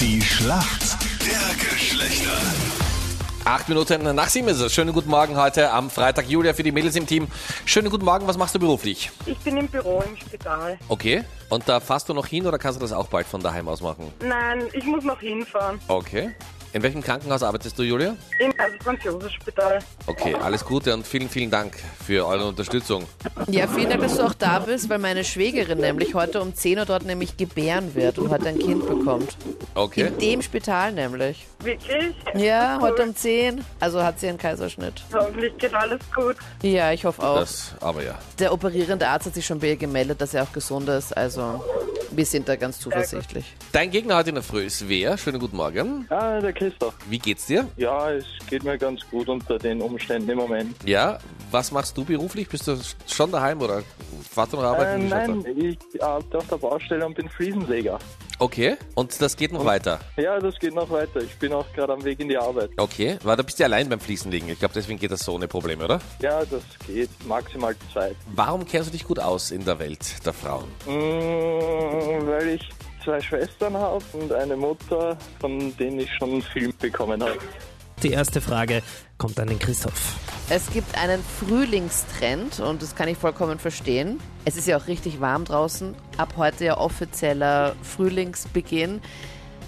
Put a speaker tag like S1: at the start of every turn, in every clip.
S1: Die Schlacht der Geschlechter.
S2: Acht Minuten nach sieben ist es. Schönen guten Morgen heute am Freitag. Julia für die Mädels im Team. Schönen guten Morgen, was machst du beruflich?
S3: Ich bin im Büro im Spital.
S2: Okay. Und da fährst du noch hin oder kannst du das auch bald von daheim aus machen?
S3: Nein, ich muss noch hinfahren.
S2: Okay. In welchem Krankenhaus arbeitest du, Julia?
S3: Im also Franzose-Spital.
S2: Okay, alles Gute und vielen, vielen Dank für eure Unterstützung.
S4: Ja, vielen Dank, dass du auch da bist, weil meine Schwägerin nämlich heute um 10 Uhr dort nämlich gebären wird und heute ein Kind bekommt.
S2: Okay.
S4: In dem Spital nämlich.
S3: Wirklich?
S4: Ja, heute um 10. Also hat sie einen Kaiserschnitt.
S3: Hoffentlich geht alles gut.
S4: Ja, ich hoffe auch.
S2: Das, aber ja.
S4: Der operierende Arzt hat sich schon bei ihr gemeldet, dass er auch gesund ist. Also wir sind da ganz zuversichtlich.
S2: Dein Gegner heute in der Früh ist wer? Schönen guten Morgen.
S5: Ah, der Christoph.
S2: Wie geht's dir?
S5: Ja, es geht mir ganz gut unter den Umständen im Moment.
S2: Ja, was machst du beruflich? Bist du schon daheim oder fährst du noch
S5: Äh,
S2: arbeiten? Wie schaut's
S5: nein, ich arbeite auf der Baustelle und bin Fliesenleger.
S2: aus? Okay, und das geht noch weiter.
S5: Ja, das geht noch weiter. Ich bin auch gerade am Weg in die Arbeit.
S2: Okay, weil da bist du allein beim Fliesenlegen. Ich glaube, deswegen geht das so ohne Probleme, oder?
S5: Ja, das geht. Maximal zwei.
S2: Warum kennst du dich gut aus in der Welt der Frauen?
S5: Mm, weil ich zwei Schwestern habe und eine Mutter, von denen ich schon viel bekommen habe.
S6: Die erste Frage kommt an den Christoph.
S4: Es gibt einen Frühlingstrend und das kann ich vollkommen verstehen. Es ist ja auch richtig warm draußen. Ab heute ja offizieller Frühlingsbeginn.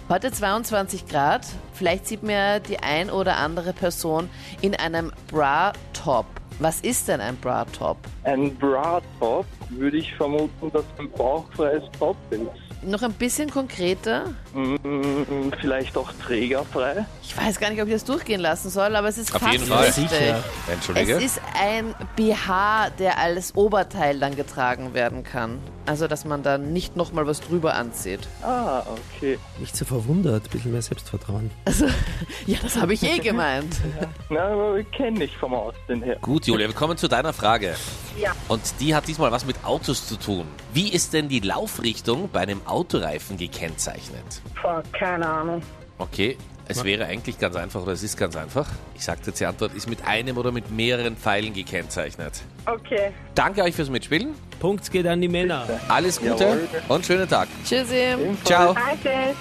S4: Heute 22 Grad. Vielleicht sieht mir die ein oder andere Person in einem Bra-Top. Was ist denn ein Bra-Top?
S5: Ein Bra-Top würde ich vermuten, dass ein bauchfreies Top ist.
S4: Noch ein bisschen konkreter.
S5: Mm, vielleicht auch trägerfrei.
S4: Ich weiß gar nicht, ob ich das durchgehen lassen soll, aber es ist
S2: Auf
S4: fast
S2: jeden Fall.
S4: richtig.
S6: Sicher.
S2: Entschuldige?
S4: Es ist ein BH, der als Oberteil dann getragen werden kann. Also, dass man da nicht nochmal was drüber anzieht.
S5: Ah, okay.
S6: Nicht so verwundert, ein bisschen mehr Selbstvertrauen.
S4: Ja, das habe ich eh gemeint.
S5: Na, aber kenne ich vom Aussehen her.
S2: Gut, Julia, wir kommen zu deiner Frage.
S3: Ja.
S2: Und die hat diesmal was mit Autos zu tun. Wie ist denn die Laufrichtung bei einem Autoreifen gekennzeichnet?
S3: Boah, keine Ahnung.
S2: Okay, es wäre eigentlich ganz einfach oder es ist ganz einfach. Ich sagte jetzt, die Antwort ist mit einem oder mit mehreren Pfeilen gekennzeichnet.
S3: Okay.
S2: Danke euch fürs Mitspielen.
S6: Punkt geht an die Männer.
S2: Alles Gute
S5: Jawohl.
S2: und schönen Tag.
S4: Tschüssi.
S2: Ciao.
S3: Danke.